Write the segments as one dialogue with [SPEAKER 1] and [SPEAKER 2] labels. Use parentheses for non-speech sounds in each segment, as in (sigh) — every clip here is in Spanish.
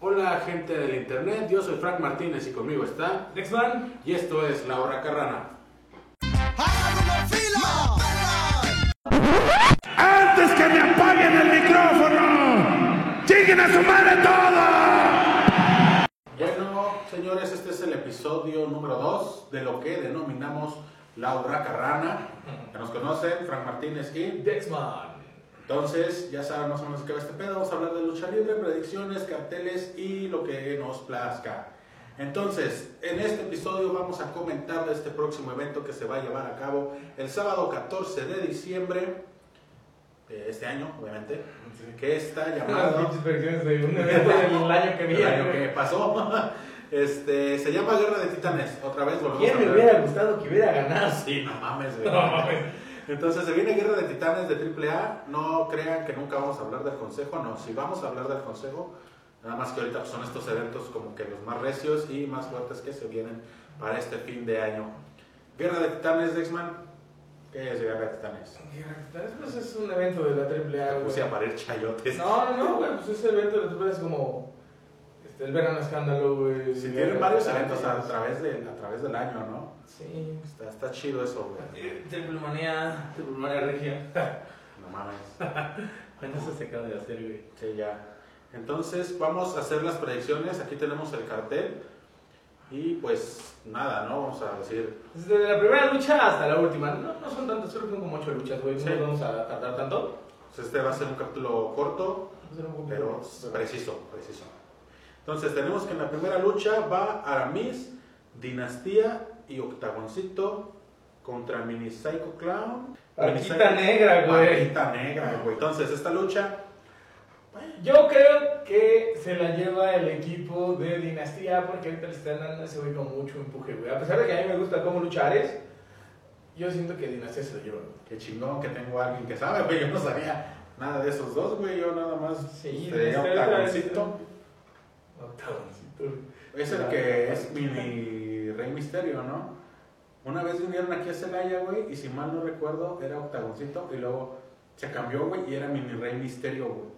[SPEAKER 1] Hola gente del internet, yo soy Frank Martínez y conmigo está
[SPEAKER 2] Dexman,
[SPEAKER 1] y esto es La Hora Carrana.
[SPEAKER 3] ¡Hagan fila!
[SPEAKER 4] ¡Antes que me apaguen el micrófono! ¡Chinguen a su madre todo!
[SPEAKER 1] Bueno, señores, este es el episodio número 2 de lo que denominamos La Hora Carrana. Que nos conocen, Frank Martínez y...
[SPEAKER 2] Dexman.
[SPEAKER 1] Entonces, ya saben más o menos qué va este pedo. Vamos a hablar de lucha libre, predicciones, carteles y lo que nos plazca. Entonces, en este episodio vamos a comentar de este próximo evento que se va a llevar a cabo el sábado 14 de diciembre de este año, obviamente, que está
[SPEAKER 2] Las
[SPEAKER 1] llamado...
[SPEAKER 2] Ah, (laughs) pinches versiones de un evento del año que
[SPEAKER 1] El año que
[SPEAKER 2] viene.
[SPEAKER 1] pasó. (laughs) Este, se llama Guerra de Titanes. Otra vez volvemos
[SPEAKER 2] ¿Quién
[SPEAKER 1] a
[SPEAKER 2] me
[SPEAKER 1] hablar.
[SPEAKER 2] hubiera gustado que hubiera ganado?
[SPEAKER 1] Sí, no mames, güey.
[SPEAKER 2] (laughs) No mames.
[SPEAKER 1] Entonces se viene Guerra de Titanes de AAA. No crean que nunca vamos a hablar del consejo. No, si vamos a hablar del consejo, nada más que ahorita pues, son estos eventos como que los más recios y más fuertes que se vienen para este fin de año. Guerra de Titanes, Dexman. ¿Qué es Guerra de Titanes?
[SPEAKER 2] Pues es un evento de la AAA, güey.
[SPEAKER 1] Puse a parir chayotes.
[SPEAKER 2] No, no, güey, pues ese evento de AAA es como este, el verano escándalo, güey.
[SPEAKER 1] Si tienen varios eventos a través, de, a través del año, ¿no?
[SPEAKER 2] Sí.
[SPEAKER 1] Está, está chido eso, güey.
[SPEAKER 2] Eh, Triple manía, triple manía regia.
[SPEAKER 1] No mames.
[SPEAKER 2] Eso se acaba de hacer, güey.
[SPEAKER 1] Sí, ya. Entonces vamos a hacer las predicciones. Aquí tenemos el cartel. Y pues nada, ¿no? Vamos a decir.
[SPEAKER 2] Desde la primera lucha hasta la última. No, no son tantas, creo que son como ocho luchas, güey.
[SPEAKER 1] Sí.
[SPEAKER 2] No nos vamos a tardar tanto.
[SPEAKER 1] pues, este va a ser un capítulo corto,
[SPEAKER 2] Vamos a hacer un poquito-
[SPEAKER 1] pero preciso, preciso. Entonces tenemos que en la primera lucha va Aramis, Dinastía y Octagoncito contra Mini Psycho Clown.
[SPEAKER 2] Barquita
[SPEAKER 1] Mini Psycho-
[SPEAKER 2] negra, güey.
[SPEAKER 1] Barquita negra, güey. Entonces esta lucha
[SPEAKER 2] Yo creo que se la lleva el equipo de Dinastía porque ahorita le están dando a ese güey con mucho empuje, güey. A pesar de que a mí me gusta cómo luchar es, yo siento que Dinastía se lo lleva. güey.
[SPEAKER 1] Qué chingón que tengo a alguien que sabe, güey. Yo no sabía nada de esos dos, güey. Yo nada más.
[SPEAKER 2] Sí,
[SPEAKER 1] te diría
[SPEAKER 2] este,
[SPEAKER 1] Octagoncito.
[SPEAKER 2] Octagoncito.
[SPEAKER 1] Es el que es mini Rey Misterio, ¿no? Una vez vinieron aquí a Celaya, güey, y si mal no recuerdo, era Octagoncito y luego se cambió, güey, y era mini Rey Misterio, güey.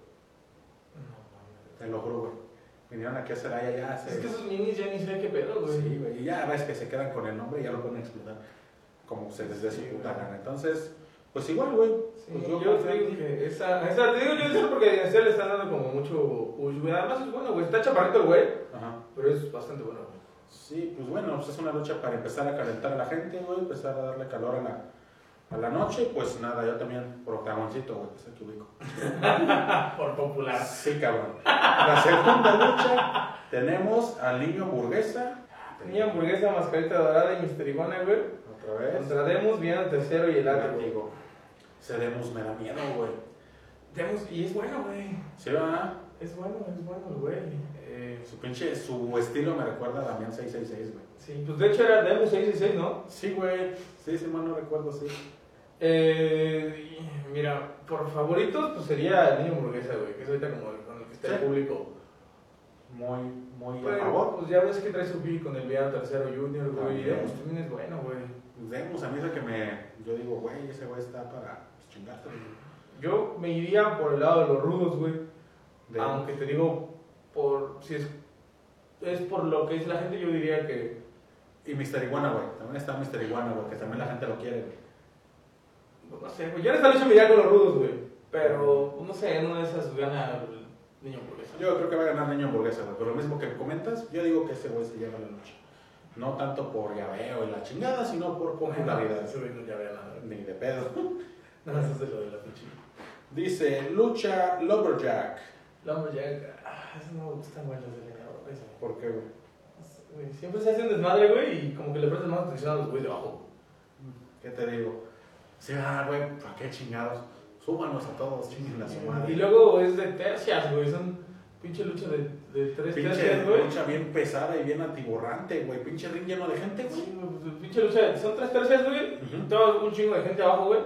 [SPEAKER 1] Te lo juro, güey. Vinieron aquí a Celaya ya
[SPEAKER 2] Es que
[SPEAKER 1] hace.
[SPEAKER 2] esos minis ya ni sé qué pedo, güey.
[SPEAKER 1] Sí, güey. Y ya ves que se quedan con el nombre y ya lo pueden explotar. Como se les dé su
[SPEAKER 2] Sí, güey.
[SPEAKER 1] puta gana. Entonces, pues igual, güey.
[SPEAKER 2] Sí,
[SPEAKER 1] Pues
[SPEAKER 2] yo
[SPEAKER 1] confío en
[SPEAKER 2] creo
[SPEAKER 1] ti.
[SPEAKER 2] que esa, esa, te digo, yo digo porque Dinastía le están dando como mucho push, güey. Además es bueno, güey. Está chaparrito el güey,
[SPEAKER 1] Ajá.
[SPEAKER 2] pero es bastante bueno, güey.
[SPEAKER 1] Sí, pues bueno, pues es una lucha para empezar a calentar a la gente, güey, empezar a darle calor a la, a la noche, pues nada, yo también por octagoncito, güey, que se te ubico.
[SPEAKER 2] Ah,
[SPEAKER 1] Ah,
[SPEAKER 2] Por popular.
[SPEAKER 1] Sí, cabrón. La segunda lucha tenemos al niño hamburguesa.
[SPEAKER 2] Tenía hamburguesa, mascarita dorada y misterigona, güey.
[SPEAKER 1] Otra vez.
[SPEAKER 2] Contra Demus viene el tercero y el látigo.
[SPEAKER 1] Látigo. Ese Demus me da miedo, güey.
[SPEAKER 2] Demus, y es bueno, güey.
[SPEAKER 1] ¿Sí, verdad?
[SPEAKER 2] Es bueno, es bueno, güey. Eh,
[SPEAKER 1] Su pinche, su estilo me recuerda a Damián 666, güey.
[SPEAKER 2] sí, pues de hecho era Demus 666, ¿no?
[SPEAKER 1] Sí, güey. Sí, sí, mal no recuerdo, sí.
[SPEAKER 2] Eh, y mira, por favoritos, pues sería el niño hamburguesa, güey, que es ahorita como el, con el que está el
[SPEAKER 1] Sí.
[SPEAKER 2] público.
[SPEAKER 1] Muy, muy a
[SPEAKER 2] Pero,
[SPEAKER 1] favor.
[SPEAKER 2] pues ya ves que trae su pick con el Viado Tercero Junior, güey.
[SPEAKER 1] También.
[SPEAKER 2] Y Demus también es bueno, güey.
[SPEAKER 1] Demus, a mí es el que me, yo digo, güey, ese güey está para pues, chingarte.
[SPEAKER 2] Yo me iría por el lado de los rudos, güey.
[SPEAKER 1] De-
[SPEAKER 2] Aunque te digo, por si es, es por lo que es la gente, yo diría que
[SPEAKER 1] Y Mr. Iguana, güey. También está Mr. Iguana, güey, que también la gente lo quiere. güey.
[SPEAKER 2] No sé, güey. Yo en esta lucha me iría con los rudos, güey. Pero, pues, no sé, en una de esas gana el niño hamburguesa.
[SPEAKER 1] Yo creo que va a ganar Niño Hamburguesa, güey. Por lo mismo que comentas, yo digo que ese güey se lleva la noche. No tanto por llaveo y la chingada, sino por popularidad.
[SPEAKER 2] Ese güey no ya vea nada.
[SPEAKER 1] Ni de pedo. (laughs)
[SPEAKER 2] Nada más hace lo de la pinche.
[SPEAKER 1] Dice, lucha Lumberjack.
[SPEAKER 2] Lumberjack. Ah, eso no me gustan, güey, los de la hamburguesa.
[SPEAKER 1] ¿Por qué, güey?
[SPEAKER 2] Güey, Siempre se hacen desmadre, güey, y como que le prestan más atención a los güeyes de abajo.
[SPEAKER 1] ¿Qué te digo? Sí, ah, güey, ¿por qué chingados? Súbanos a todos, chinguen a su madre.
[SPEAKER 2] Y luego es de tercias, güey. Son pinche lucha de, de tres
[SPEAKER 1] Pinche
[SPEAKER 2] tercias, güey.
[SPEAKER 1] lucha bien pesada y bien atiborrante, güey. Pinche ring lleno de gente, güey.
[SPEAKER 2] Sí, güey, pues, Pinche lucha, son tres tercias, güey.
[SPEAKER 1] Ujú.
[SPEAKER 2] y Todo un chingo de gente abajo, güey.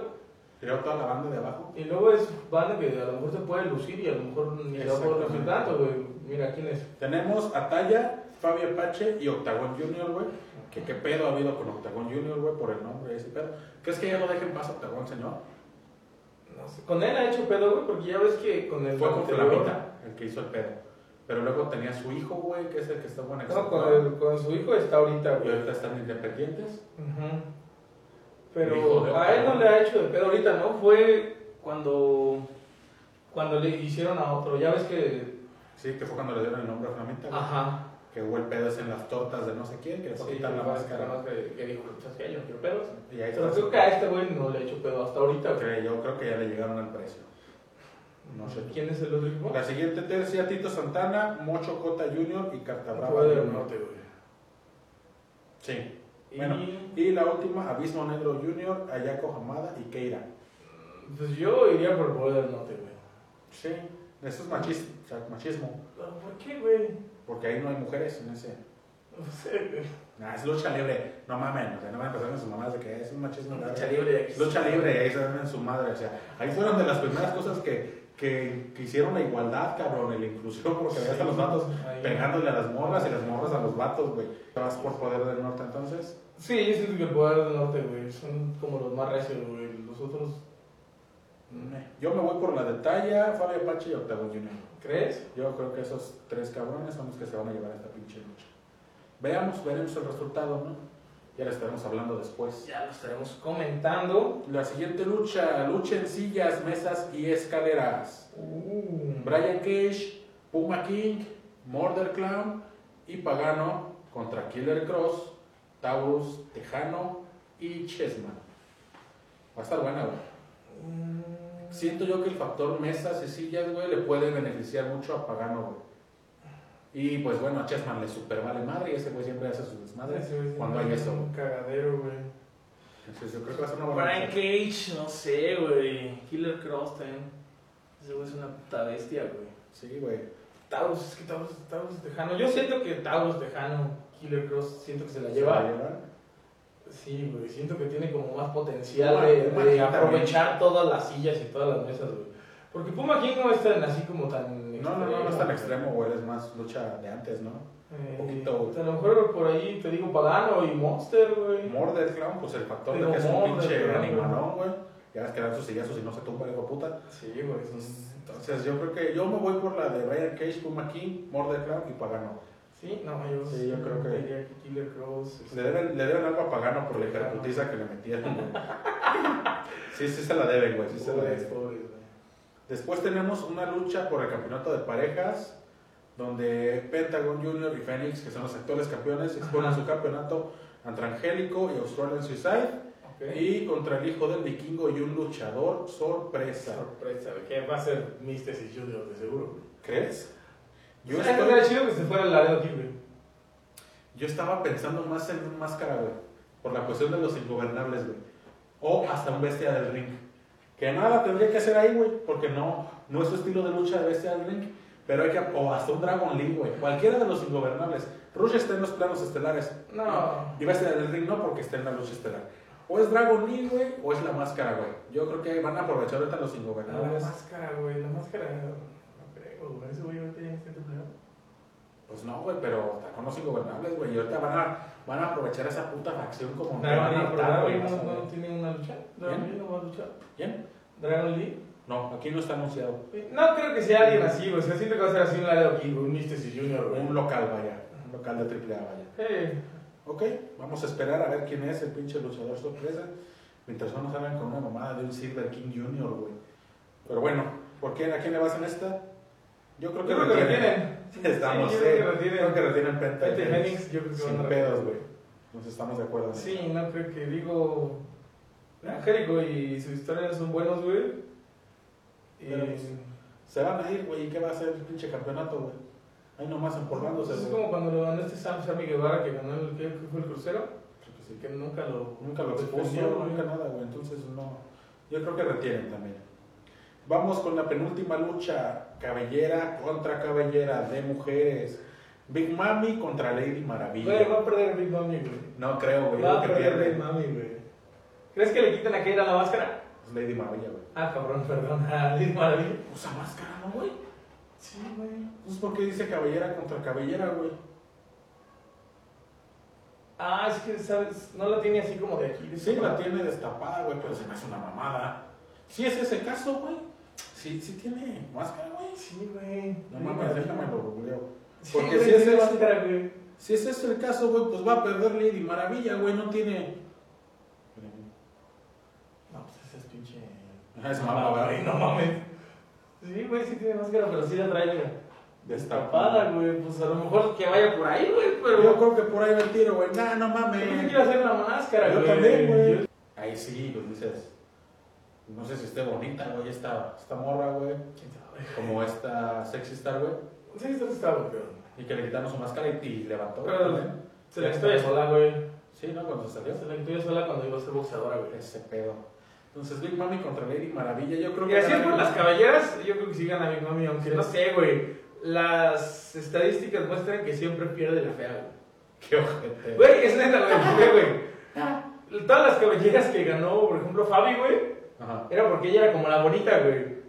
[SPEAKER 1] Creo toda la banda de abajo.
[SPEAKER 2] Y luego es banda que a lo mejor se puede lucir y a lo mejor ni lo puedo lucir
[SPEAKER 1] Exactamente.
[SPEAKER 2] tanto, güey. Mira quién es.
[SPEAKER 1] Tenemos a Taya, Fabio Apache y Octagon Junior, güey. Que qué pedo ha habido con Octagon Junior, güey, por el nombre de ese pedo. ¿Crees que ya lo dejen paz Octagon, señor?
[SPEAKER 2] No sé. Con él ha hecho pedo, güey, porque ya ves que con el.
[SPEAKER 1] Fue con
[SPEAKER 2] anterior-
[SPEAKER 1] Flamita el que hizo el pedo. Pero luego tenía su hijo, güey, que es el que está en
[SPEAKER 2] No, con, el- con su hijo está ahorita,
[SPEAKER 1] Y
[SPEAKER 2] güey.
[SPEAKER 1] ahorita están independientes.
[SPEAKER 2] Ujú.
[SPEAKER 1] Hijo de
[SPEAKER 2] Pero a él no
[SPEAKER 1] perro.
[SPEAKER 2] le ha hecho de pedo ahorita, ¿no? Fue cuando, cuando le hicieron a otro. Ya ves que.
[SPEAKER 1] Sí, que fue cuando le dieron el nombre a Flamita. güey.
[SPEAKER 2] Ajá.
[SPEAKER 1] Que hubo el pedo ese en las tortas de no sé quién, que le fue a
[SPEAKER 2] Ah. Sí,
[SPEAKER 1] quitar la máscara.
[SPEAKER 2] Que, que dijo, pues que yo no quiero pedos.
[SPEAKER 1] Y ahí
[SPEAKER 2] Pero
[SPEAKER 1] está.
[SPEAKER 2] creo que a este güey no le ha hecho pedo hasta ahorita, güey.
[SPEAKER 1] Creo- Yo creo que ya le llegaron al precio. No sé.
[SPEAKER 2] ¿Quién es el otro equipo?
[SPEAKER 1] La siguiente tercia, Tito Santana, Mocho Cota Jr. y Cartabrava
[SPEAKER 2] Fue del
[SPEAKER 1] Jr.
[SPEAKER 2] norte, güey.
[SPEAKER 1] Sí.
[SPEAKER 2] Y-
[SPEAKER 1] Bueno, y la última, Abismo Negro Jr., Ayako Hamada y Keira.
[SPEAKER 2] Pues yo iría por el poder del norte, güey.
[SPEAKER 1] Sí. Eso es machismo, o sea, machismo,
[SPEAKER 2] Pero, ¿Por qué, güey?
[SPEAKER 1] porque ahí no hay mujeres en ese.
[SPEAKER 2] No sé, güey.
[SPEAKER 1] Nah, es lucha libre, no mamen, o sea, no van a pasar en sus mamás de que es un machismo.
[SPEAKER 2] Lucha
[SPEAKER 1] grave.
[SPEAKER 2] libre.
[SPEAKER 1] Lucha libre, y ahí se ven en su madre, o sea, ahí fueron de las primeras cosas que, que, que hicieron la igualdad, cabrón, y la inclusión, porque veías a los vatos
[SPEAKER 2] Ahí.
[SPEAKER 1] pegándole a las morras y las morras a los vatos, güey. ¿Te vas por poder del norte entonces?
[SPEAKER 2] Sí, yo siento que el poder del norte, güey. Son como los más recios, güey. Los otros. meh.
[SPEAKER 1] Yo me voy por la de Talla, Fabio Apache y Octavo Junior.
[SPEAKER 2] ¿Crees?
[SPEAKER 1] Yo creo que esos tres cabrones son los que se van a llevar esta pinche lucha. Veamos, veremos el resultado, ¿no? Ya le estaremos hablando después.
[SPEAKER 2] Ya lo estaremos comentando.
[SPEAKER 1] La siguiente lucha, lucha en sillas, mesas y escaleras.
[SPEAKER 2] Uh,
[SPEAKER 1] Brian Cage, Puma King, Murder Clown y Pagano contra Killer Cross, Taurus, Tejano y Chessman. Va a estar buena, güey.
[SPEAKER 2] Mm.
[SPEAKER 1] Siento yo que el factor mesas y sillas, güey, le puede beneficiar mucho a Pagano, güey. Y pues bueno, a Chessman le super vale madre y ese güey siempre hace sus desmadres cuando hay eso. güey.
[SPEAKER 2] Un cagadero, güey.
[SPEAKER 1] Entonces yo creo que va a ser una buena
[SPEAKER 2] Brian
[SPEAKER 1] lucha.
[SPEAKER 2] Cage, no sé, güey. Killer Cross también. Ese güey es una puta bestia, güey.
[SPEAKER 1] Sí, güey.
[SPEAKER 2] Taurus, es que Taurus, Taurus Tejano. Yo siento que Taurus Tejano, Killer Cross, siento que se la
[SPEAKER 1] ¿Se
[SPEAKER 2] lleva.
[SPEAKER 1] va a llevar?
[SPEAKER 2] Sí, güey, siento que tiene como más potencial
[SPEAKER 1] Puma-
[SPEAKER 2] de,
[SPEAKER 1] Puma
[SPEAKER 2] de
[SPEAKER 1] King
[SPEAKER 2] aprovechar todas las sillas y todas las mesas, güey. Porque Puma King no es tan así como tan.
[SPEAKER 1] No, no, no, no es tan
[SPEAKER 2] güey.
[SPEAKER 1] extremo, güey. Es más lucha de antes, ¿no?
[SPEAKER 2] Eh,
[SPEAKER 1] poquito, güey.
[SPEAKER 2] A lo mejor por ahí te digo Pagano y Monster, güey.
[SPEAKER 1] Murder Clown, pues el factor de
[SPEAKER 2] Pero
[SPEAKER 1] que es un
[SPEAKER 2] Murder
[SPEAKER 1] pinche
[SPEAKER 2] Clown,
[SPEAKER 1] animalón, güey. Ya ves que dan sus sillazos y no se tumba el hijo de puta.
[SPEAKER 2] Sí, güey.
[SPEAKER 1] Entonces yo creo que yo me voy por la de Brian Cage, Puma King, Murder Clown y Pagano.
[SPEAKER 2] Sí, no, yo,
[SPEAKER 1] Sí, yo creo que-
[SPEAKER 2] diría Killer Cross.
[SPEAKER 1] Le deben, le deben algo a Pagano por la hiperputiza que le metieron, güey. (laughs) Sí, sí se la deben, güey. Sí se la
[SPEAKER 2] pobres,
[SPEAKER 1] deben.
[SPEAKER 2] pobres, güey.
[SPEAKER 1] Después tenemos una lucha por el campeonato de parejas, donde Pentagon Jr. y Phoenix, que son los actuales campeones, exponen
[SPEAKER 2] Ajá.
[SPEAKER 1] su campeonato ante Angélico y Australian Suicide.
[SPEAKER 2] Ok.
[SPEAKER 1] Y contra el hijo del vikingo y un luchador sorpresa.
[SPEAKER 2] Sorpresa, güey. ¿Qué va a ser Mister y Junior, de seguro, güey?
[SPEAKER 1] ¿Crees? Yo,
[SPEAKER 2] O sea,
[SPEAKER 1] estoy-
[SPEAKER 2] estaría chido que se fuera el Laredo aquí, güey.
[SPEAKER 1] yo estaba pensando más en un máscara, güey. Por la cuestión de los ingobernables, güey. O hasta un bestia del ring. Que nada tendría que hacer ahí, güey. Porque no, no es su estilo de lucha de bestia del ring. Pero hay que. O hasta un Dragon Lee, güey. Cualquiera de los ingobernables. Rush está en los planos estelares.
[SPEAKER 2] No.
[SPEAKER 1] Y bestia del ring no, porque está en la lucha estelar. O es Dragon Lee, güey. O es la máscara, güey. Yo creo que van a aprovechar ahorita los
[SPEAKER 2] No, la
[SPEAKER 1] ingobernables.
[SPEAKER 2] máscara, güey, la máscara. No creo, güey. Ese güey ahorita ya está en tu plano.
[SPEAKER 1] Pues no, güey, pero está con los ingobernables, güey. Y ahorita van a, van a aprovechar esa puta facción como que van a
[SPEAKER 2] Dragon Lee,
[SPEAKER 1] hartar, güey,
[SPEAKER 2] ¿no,
[SPEAKER 1] vas a
[SPEAKER 2] no,
[SPEAKER 1] ver.
[SPEAKER 2] tiene una lucha? ¿Dragon Lee no va a luchar?
[SPEAKER 1] ¿Quién?
[SPEAKER 2] ¿Dragon Lee?
[SPEAKER 1] No, aquí no está anunciado.
[SPEAKER 2] No creo que sea alguien así, güey. O sea, siento que va a ser así un Laredo aquí, güey. Un Mister y Junior, güey.
[SPEAKER 1] Un local, vaya. Un local de AAA, vaya.
[SPEAKER 2] Eh,
[SPEAKER 1] Ok, vamos a esperar a ver quién es el pinche luchador sorpresa. Mientras no nos hagan con una mamada de un Silver King Jr., güey. Pero bueno, ¿por quién? ¿A quién le vas en esta? Yo creo que
[SPEAKER 2] Yo creo que
[SPEAKER 1] retienen.
[SPEAKER 2] retienen.
[SPEAKER 1] Estamos,
[SPEAKER 2] Sí,
[SPEAKER 1] sí,
[SPEAKER 2] yo creo que retienen.
[SPEAKER 1] Creo que retienen Penta. y
[SPEAKER 2] Penta y
[SPEAKER 1] Fénix.
[SPEAKER 2] Fénix, yo creo que van
[SPEAKER 1] Sin pedos,
[SPEAKER 2] a retirar.
[SPEAKER 1] güey. Nos estamos de acuerdo. en eso.
[SPEAKER 2] sí, no creo que digo. Angélico y su historia son buenos, güey. Y.
[SPEAKER 1] Pero, pues, Se van a ir, güey, ¿y qué va a hacer el pinche campeonato, güey? Ahí nomás empolvándose,
[SPEAKER 2] Pues Es
[SPEAKER 1] güey.
[SPEAKER 2] como cuando lo ganó este Sam Sammy Guevara que ganó el, que fue el crucero.
[SPEAKER 1] Creo que
[SPEAKER 2] Así
[SPEAKER 1] sí.
[SPEAKER 2] que nunca lo.
[SPEAKER 1] Nunca lo
[SPEAKER 2] defendió,
[SPEAKER 1] expuso,
[SPEAKER 2] güey.
[SPEAKER 1] nunca nada, güey. Entonces, no. Yo creo que retienen también. Vamos con la penúltima lucha. Cabellera contra cabellera de mujeres. Big Mami contra Lady
[SPEAKER 2] Güey, va
[SPEAKER 1] Maravilla.
[SPEAKER 2] a perder Big Mommy, güey.
[SPEAKER 1] No creo, güey.
[SPEAKER 2] Va
[SPEAKER 1] Yo
[SPEAKER 2] a
[SPEAKER 1] creo que
[SPEAKER 2] perder Big
[SPEAKER 1] pierde.
[SPEAKER 2] Mami, güey. ¿Crees que le quiten a Keira la máscara?
[SPEAKER 1] Es Lady Maravilla, güey.
[SPEAKER 2] Ah, cabrón, (laughs) perdón. A Liz Maravilla.
[SPEAKER 1] Usa máscara, ¿no, güey?
[SPEAKER 2] Sí, güey.
[SPEAKER 1] Entonces, ¿por qué Pues dice cabellera contra cabellera, güey?
[SPEAKER 2] Ah, es que, ¿sabes? No la tiene así como de aquí.
[SPEAKER 1] Sí, la tiene destapada, güey, pero se me hace una mamada. Si es ese caso, güey. Sí, sí tiene máscara, güey.
[SPEAKER 2] Sí, güey.
[SPEAKER 1] No mames, déjame lo googleo.
[SPEAKER 2] Porque
[SPEAKER 1] Porque
[SPEAKER 2] sí,
[SPEAKER 1] si
[SPEAKER 2] güey,
[SPEAKER 1] es
[SPEAKER 2] tiene
[SPEAKER 1] el-
[SPEAKER 2] máscara, güey.
[SPEAKER 1] Si ese es el caso, güey, pues va a perder Lady Maravilla, güey. No tiene.
[SPEAKER 2] No, pues ese es pinche.
[SPEAKER 1] Ajá, es mapa, ¿verdad?
[SPEAKER 2] güey, No mames. Sí, güey, sí tiene máscara, pero sí la trae, güey. Destapada,
[SPEAKER 1] Destapada.
[SPEAKER 2] güey. Pues a lo mejor que vaya por ahí, güey, pero.
[SPEAKER 1] Yo creo que por ahí va el tiro, güey. Nah, no
[SPEAKER 2] Yo pensé que
[SPEAKER 1] mames.
[SPEAKER 2] iba a ser la máscara,
[SPEAKER 1] Yo
[SPEAKER 2] güey.
[SPEAKER 1] también, güey. Ahí sí, pues dices. No sé si esté bonita, güey, esta, esta morra, güey.
[SPEAKER 2] ¿Quién sabe?
[SPEAKER 1] (laughs) Como esta sexy star, güey.
[SPEAKER 2] Sí, esto está golpeado.
[SPEAKER 1] Y que le quitaron su máscara y, y levantó. güey,
[SPEAKER 2] Pero
[SPEAKER 1] también.
[SPEAKER 2] se la quitó ella sola, güey.
[SPEAKER 1] Sí, ¿no? Cuando se salió.
[SPEAKER 2] Se la quitó ella sola cuando iba a ser boxeadora, güey.
[SPEAKER 1] Ese pedo. Entonces, Big Mami contra Lady Maravilla, yo creo
[SPEAKER 2] Y
[SPEAKER 1] que.
[SPEAKER 2] así es
[SPEAKER 1] gana
[SPEAKER 2] por
[SPEAKER 1] Big
[SPEAKER 2] las
[SPEAKER 1] Mami.
[SPEAKER 2] caballeras, yo creo que sí gana Big Mami, aunque no sé, güey. Las estadísticas muestran que siempre pierde la fea, güey.
[SPEAKER 1] (laughs) Qué ojete.
[SPEAKER 2] Güey, es neta, güey, porque, güey. Todas las caballeras que ganó, por ejemplo, Fabi, güey,
[SPEAKER 1] Ajá.
[SPEAKER 2] era porque ella era como la bonita, güey. Eh,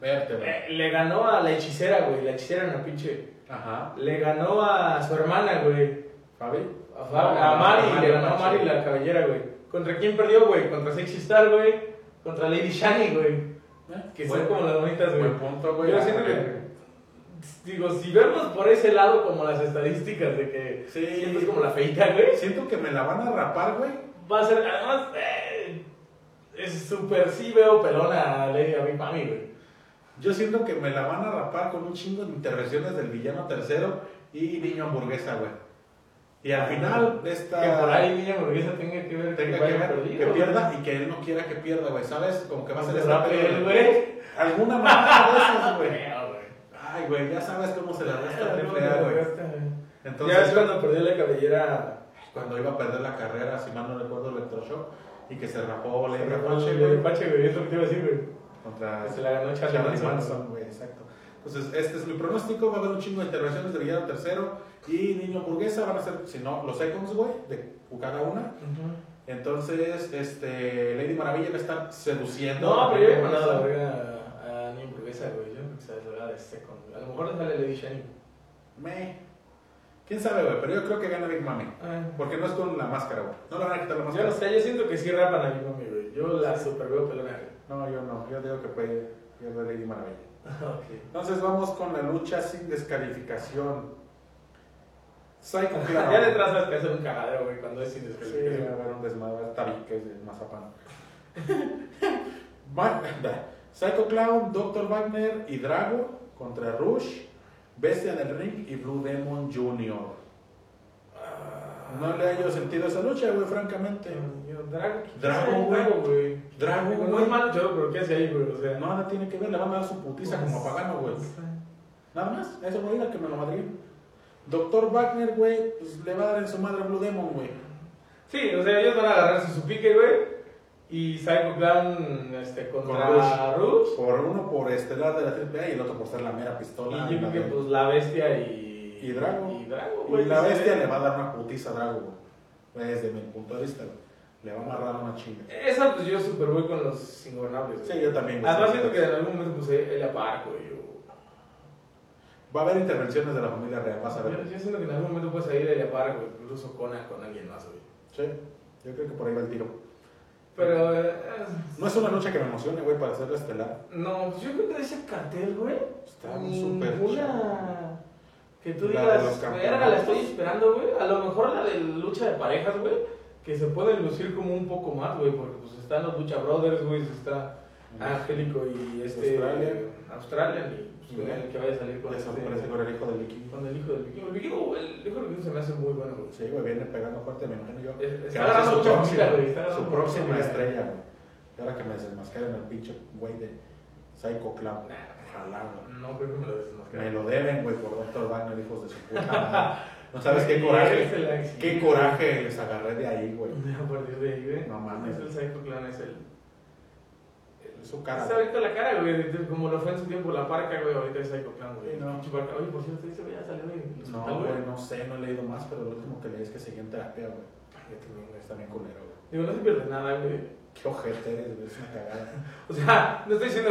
[SPEAKER 1] Verte, güey.
[SPEAKER 2] Le, le ganó a la hechicera, güey. La hechicera era una pinche.
[SPEAKER 1] Ajá.
[SPEAKER 2] Le ganó a su hermana, güey.
[SPEAKER 1] Fabi.
[SPEAKER 2] A, Fa- a Mari, le ganó a Mari la cabellera, güey. ¿Contra quién perdió, güey? Contra Sexy Star, güey. Contra Lady Shani, güey.
[SPEAKER 1] ¿Eh?
[SPEAKER 2] Que son como las bonitas, güey.
[SPEAKER 1] Buen punto, güey.
[SPEAKER 2] Yo siento que. Digo, si vemos por ese lado como las estadísticas de que
[SPEAKER 1] Sí.
[SPEAKER 2] sientes como la feita, güey.
[SPEAKER 1] Siento que me la van a rapar, güey.
[SPEAKER 2] Va a ser, además, eh, es súper sí veo pelona a Lady a Big Mami, güey.
[SPEAKER 1] Yo siento que me la van a rapar con un chingo de intervenciones del villano tercero y niño hamburguesa, güey. Y al final de esta.
[SPEAKER 2] Que por ahí niña hamburguesa tenga que ver
[SPEAKER 1] tenga que,
[SPEAKER 2] vaya
[SPEAKER 1] ver
[SPEAKER 2] perdido,
[SPEAKER 1] que
[SPEAKER 2] güey.
[SPEAKER 1] pierda y que él no quiera que pierda, güey. ¿Sabes? Como que va a ser esta
[SPEAKER 2] Rápido,
[SPEAKER 1] pelea,
[SPEAKER 2] güey.
[SPEAKER 1] Alguna mamada de esas, güey.
[SPEAKER 2] Feo, güey.
[SPEAKER 1] Ay, güey, ya sabes cómo se la resta
[SPEAKER 2] Feo,
[SPEAKER 1] triple A, güey.
[SPEAKER 2] güey.
[SPEAKER 1] Entonces,
[SPEAKER 2] ya es cuando perdió la cabellera.
[SPEAKER 1] cuando iba a perder la carrera, si mal no recuerdo, Electroshock, y que se rapó, le
[SPEAKER 2] Pache,
[SPEAKER 1] rapache,
[SPEAKER 2] güey.
[SPEAKER 1] güey.
[SPEAKER 2] Pache, güey, es lo que te iba a decir, güey.
[SPEAKER 1] Contra
[SPEAKER 2] Que se la ganó Charlie
[SPEAKER 1] Charlie
[SPEAKER 2] Manson.
[SPEAKER 1] Manson, güey, exacto. Entonces, este es mi pronóstico, va a haber un chingo de intervenciones de Villano Tercero y Niño Hamburguesa, van a ser, si no, los seconds, güey, de cada una. Entonces, este, Lady Maravilla la están seduciendo.
[SPEAKER 2] No, pero yo he mandado la verga a- a Niña Hamburguesa, güey. Yo creo que se la verga de Second. güey. A lo mejor le sale Lady Shani.
[SPEAKER 1] Me. ¿Quién sabe, güey? Pero yo creo que gana Big Mami. Porque no es con la máscara, güey. No le van a quitar la
[SPEAKER 2] Yo
[SPEAKER 1] máscara.
[SPEAKER 2] no sé, yo siento que sí rapan a Big Mami, güey. Yo la super veo pelona, güey. (laughs)
[SPEAKER 1] No, yo no. Yo digo que puede pierde Lady Maravilla.
[SPEAKER 2] Ok.
[SPEAKER 1] Entonces, vamos con la lucha sin descalificación. Psycho Clown.
[SPEAKER 2] (laughs) Ya detrás vas a hacer un cagadero, güey, cuando es sin
[SPEAKER 1] Sí, va a
[SPEAKER 2] descalificación.
[SPEAKER 1] haber un desmadre, tabiques de mazapán. (laughs) Va- Psycho Clown, Dr. Wagner y Drago contra Rush, Bestia del Ring y Blue Demon Jr. No le hallo sentido a esa lucha, güey, francamente.
[SPEAKER 2] Ah. Yo, Drago. ¿quién
[SPEAKER 1] Drago,
[SPEAKER 2] sabe?
[SPEAKER 1] güey.
[SPEAKER 2] Drago, güey.
[SPEAKER 1] Drago,
[SPEAKER 2] Digo,
[SPEAKER 1] güey.
[SPEAKER 2] Muy mal yo, pero ¿qué hace ahí, güey? O sea.
[SPEAKER 1] No, nada tiene que ver, le van a dar su putiza como a Pagano, güey. Nada más, eso voy a ir a que me lo madrien. Doctor Wagner, güey, pues le va a dar en su madre a Blue Demon, güey.
[SPEAKER 2] Sí, o sea, ellos van a agarrarse su pique, güey. Y Psycho Clown este, contra Rush.
[SPEAKER 1] Por uno por estelar de la AAA y el otro por ser la mera pistola.
[SPEAKER 2] Y yo
[SPEAKER 1] la
[SPEAKER 2] creo que
[SPEAKER 1] de-
[SPEAKER 2] pues la bestia y.
[SPEAKER 1] Y Drago.
[SPEAKER 2] Y Drago,
[SPEAKER 1] Y
[SPEAKER 2] güey.
[SPEAKER 1] la
[SPEAKER 2] que se
[SPEAKER 1] bestia
[SPEAKER 2] ve.
[SPEAKER 1] le va a dar una putiza a Drago, güey. Desde mi punto de vista, güey. Le va a amarrar una chinga.
[SPEAKER 2] Esa pues yo super voy con los ingobernables. güey.
[SPEAKER 1] Sí, yo también, güey.
[SPEAKER 2] Además siento que en algún momento pues él aparco, güey. o-
[SPEAKER 1] Va a haber intervenciones de la familia real, vas a
[SPEAKER 2] Yo,
[SPEAKER 1] ver.
[SPEAKER 2] yo siento que en algún momento puede salir el aparco, incluso con, con alguien más, güey.
[SPEAKER 1] Sí, yo creo que por ahí va el tiro.
[SPEAKER 2] Pero. eh,
[SPEAKER 1] No es una lucha que me emocione, güey, para hacerla estelar.
[SPEAKER 2] no, pues yo creo que de ese cartel, güey.
[SPEAKER 1] Está un súper
[SPEAKER 2] Ninguna. Que tú
[SPEAKER 1] La de los
[SPEAKER 2] digas,
[SPEAKER 1] campeonatos.
[SPEAKER 2] verga, la estoy esperando, güey. A lo mejor la de lucha de parejas, güey. Que se puede lucir como un poco más, güey. Porque pues están los Lucha Brothers, güey. Está Angélico y este.
[SPEAKER 1] Australian.
[SPEAKER 2] Australian y pues,
[SPEAKER 1] Ujú.
[SPEAKER 2] el que vaya a salir con,
[SPEAKER 1] Le
[SPEAKER 2] este-
[SPEAKER 1] sorprende con el hijo del equipo.
[SPEAKER 2] con el hijo del vikingo. El vikingo, el hijo del vikingo se me hace muy bueno, güey.
[SPEAKER 1] Sí, güey, viene pegando fuerte, me imagino yo.
[SPEAKER 2] Es-
[SPEAKER 1] Que va
[SPEAKER 2] está
[SPEAKER 1] a ser
[SPEAKER 2] agarrando
[SPEAKER 1] su
[SPEAKER 2] mucha
[SPEAKER 1] próxima,
[SPEAKER 2] comida, güey, está
[SPEAKER 1] su
[SPEAKER 2] agarrando mucha
[SPEAKER 1] próxima
[SPEAKER 2] comida.
[SPEAKER 1] estrella, güey. Y ahora que me desmascaren el pinche güey de Psycho Clown.
[SPEAKER 2] Nah.
[SPEAKER 1] Ojalá, güey.
[SPEAKER 2] No creo que me lo desmascaren.
[SPEAKER 1] Me lo deben, güey, por Dr. Wagner, hijos de su puta
[SPEAKER 2] (laughs)
[SPEAKER 1] madre. No sabes qué
[SPEAKER 2] Sí,
[SPEAKER 1] coraje.
[SPEAKER 2] ese like, sí.
[SPEAKER 1] Qué coraje les agarré de ahí, güey.
[SPEAKER 2] (laughs) A partir de ahí, güey.
[SPEAKER 1] No mames.
[SPEAKER 2] Es el Psycho Clan, es el.
[SPEAKER 1] Su
[SPEAKER 2] Está
[SPEAKER 1] cara.
[SPEAKER 2] Está ahorita la cara, güey, de- de- como lo fue en su tiempo la parca, güey, ahorita es Psycho Clan, güey.
[SPEAKER 1] Sí, no.
[SPEAKER 2] Pinche parca. Oye, por cierto, dice, güey, ya salió de
[SPEAKER 1] No, güey, no sé, no he leído más, pero lo último que leí es que seguía en terapia, güey. Yo también, güey, está bien culero, güey.
[SPEAKER 2] Digo, no se pierde nada, güey.
[SPEAKER 1] Qué ojete eres, güey, es una cagada.
[SPEAKER 2] O sea, (laughs) no estoy diciendo,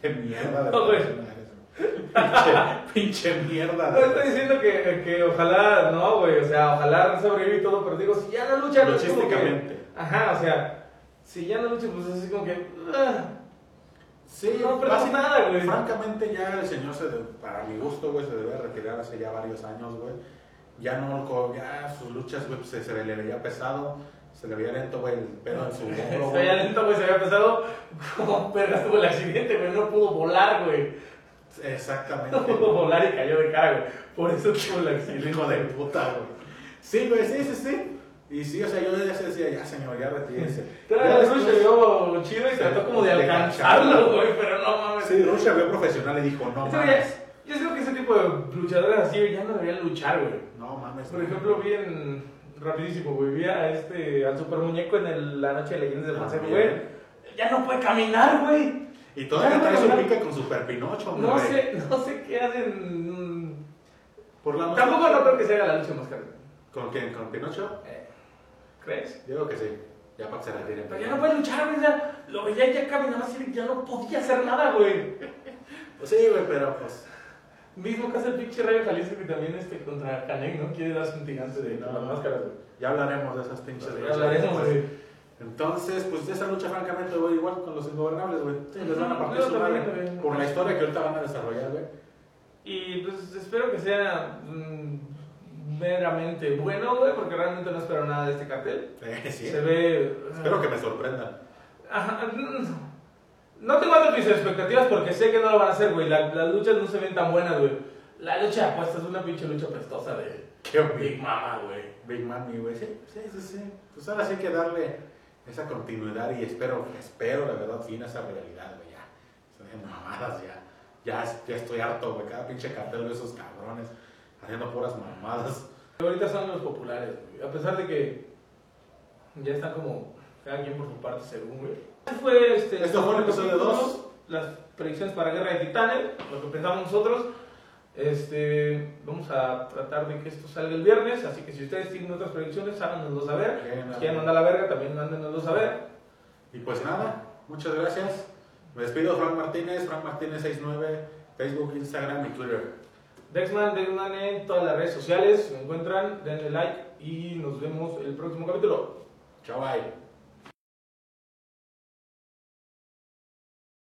[SPEAKER 1] Qué mierda de
[SPEAKER 2] (laughs) No, güey.
[SPEAKER 1] persona eres, güey. Pinche, pinche mierda.
[SPEAKER 2] no
[SPEAKER 1] güey.
[SPEAKER 2] estoy diciendo que, que ojalá, no, güey, o sea, ojalá sobrevive y todo, pero digo, si ya la lucha no es como que-
[SPEAKER 1] Logísticamente.
[SPEAKER 2] Ajá, o sea, si ya la lucha, pues es así como que. ah.
[SPEAKER 1] Sí,
[SPEAKER 2] No perdemos
[SPEAKER 1] básic-
[SPEAKER 2] nada, güey.
[SPEAKER 1] Francamente, ya el señor, se de- para mi gusto, güey, se debe retirar hace ya varios años, güey. Ya no, co- ya sus luchas, güey, se, se le veía pesado, se le veía lento, güey, el pedo
[SPEAKER 2] (laughs)
[SPEAKER 1] en su hombro,
[SPEAKER 2] Se
[SPEAKER 1] güey.
[SPEAKER 2] veía lento, güey, se había pesado como perras tuvo el accidente, güey, no pudo volar, güey. (laughs) No
[SPEAKER 1] Exactamente.
[SPEAKER 2] pudo volar y cayó de cara, güey. Por eso tuvo el
[SPEAKER 1] El
[SPEAKER 2] accidente.
[SPEAKER 1] hijo de puta, güey. Sí, güey, sí, sí, sí. Y sí, o sea, yo ya se decía, ya señor, ya retírese.
[SPEAKER 2] (laughs)
[SPEAKER 1] Ya
[SPEAKER 2] Claro,
[SPEAKER 1] después-
[SPEAKER 2] se vio chido y trató como de
[SPEAKER 1] De
[SPEAKER 2] alcanzarlo,
[SPEAKER 1] alcanzarlo.
[SPEAKER 2] güey, pero no mames.
[SPEAKER 1] Sí, Rush se vio profesional y dijo, no
[SPEAKER 2] Ese güey,
[SPEAKER 1] mames.
[SPEAKER 2] yo creo que ese tipo de luchadores así ya no deberían luchar, güey.
[SPEAKER 1] No mames.
[SPEAKER 2] Por
[SPEAKER 1] no.
[SPEAKER 2] ejemplo, vi en. Rapidísimo, güey. Vi a este. Al super muñeco en el- la noche de leyendas del
[SPEAKER 1] Ah,
[SPEAKER 2] Consejo,
[SPEAKER 1] bien.
[SPEAKER 2] güey. Ya no puede caminar, güey.
[SPEAKER 1] Y todavía
[SPEAKER 2] Ya,
[SPEAKER 1] trae su
[SPEAKER 2] güey.
[SPEAKER 1] pica con Super Pinocho,
[SPEAKER 2] No
[SPEAKER 1] güey.
[SPEAKER 2] sé, no sé qué hacen. mm,
[SPEAKER 1] Por la
[SPEAKER 2] Tampoco no creo que se haga la lucha más cara.
[SPEAKER 1] ¿Con quién? ¿Con Pinocho?
[SPEAKER 2] ¿Crees?
[SPEAKER 1] Yo creo que sí. Ya para que se retire.
[SPEAKER 2] Pero ya no puede luchar, güey. ya Lo veía ya caminaba así, ya no podía hacer nada, güey.
[SPEAKER 1] Pues sí, güey, pero pues.
[SPEAKER 2] Mismo que hace el pinche Rayo Jalisco que también este contra Canek, ¿no? Quiere darse un gigante de
[SPEAKER 1] Sí, no.
[SPEAKER 2] las máscaras, güey.
[SPEAKER 1] Ya hablaremos de esas pinches
[SPEAKER 2] Ya
[SPEAKER 1] luchas
[SPEAKER 2] hablaremos,
[SPEAKER 1] después.
[SPEAKER 2] güey.
[SPEAKER 1] Entonces, pues de esa lucha, francamente, güey, igual con los ingobernables, güey. Sí, les van a partir
[SPEAKER 2] Yo
[SPEAKER 1] su
[SPEAKER 2] también,
[SPEAKER 1] madre.
[SPEAKER 2] güey.
[SPEAKER 1] Por la historia que ahorita van a desarrollar, güey.
[SPEAKER 2] Y pues espero que sea mm, meramente bueno, güey, porque realmente no espero nada de este cartel.
[SPEAKER 1] Eh, sí.
[SPEAKER 2] Se ve. ah,
[SPEAKER 1] Espero que me sorprendan.
[SPEAKER 2] Ajá, no. No tengo altas mis expectativas porque sé que no lo van a hacer, güey. La- las luchas no se ven tan buenas, güey. La lucha de apuestas es una pinche lucha pestosa de
[SPEAKER 1] Qué
[SPEAKER 2] Big Mama, güey.
[SPEAKER 1] Big Mami, güey. Sí, sí, sí, sí. Pues ahora sí hay que darle esa continuidad y espero, espero, la verdad, fin a esa realidad, güey. Ya. Se ven mamadas, ya. Ya, es- ya estoy harto, güey. Cada pinche cartel de esos cabrones haciendo puras mamadas.
[SPEAKER 2] Ahorita son los populares, güey. A pesar de que ya están como cada quien por su parte, según, güey. Este fue este.
[SPEAKER 1] Esto fue el episodio dos.
[SPEAKER 2] Las predicciones para Guerra de Titanes, lo que pensamos nosotros. Este, vamos a tratar de que esto salga el viernes, así que si ustedes tienen otras predicciones, háganoslo saber.
[SPEAKER 1] Ok, nada.
[SPEAKER 2] Si quieren mandar a la verga, también mándenoslo saber.
[SPEAKER 1] Y pues nada, muchas gracias. Me despido, Frank Martínez, Frank Martínez 69, Facebook, Instagram y Twitter.
[SPEAKER 2] Dexman, Dexman en todas las redes sociales, me encuentran, denle like y nos vemos el próximo capítulo.
[SPEAKER 1] Chao, bye.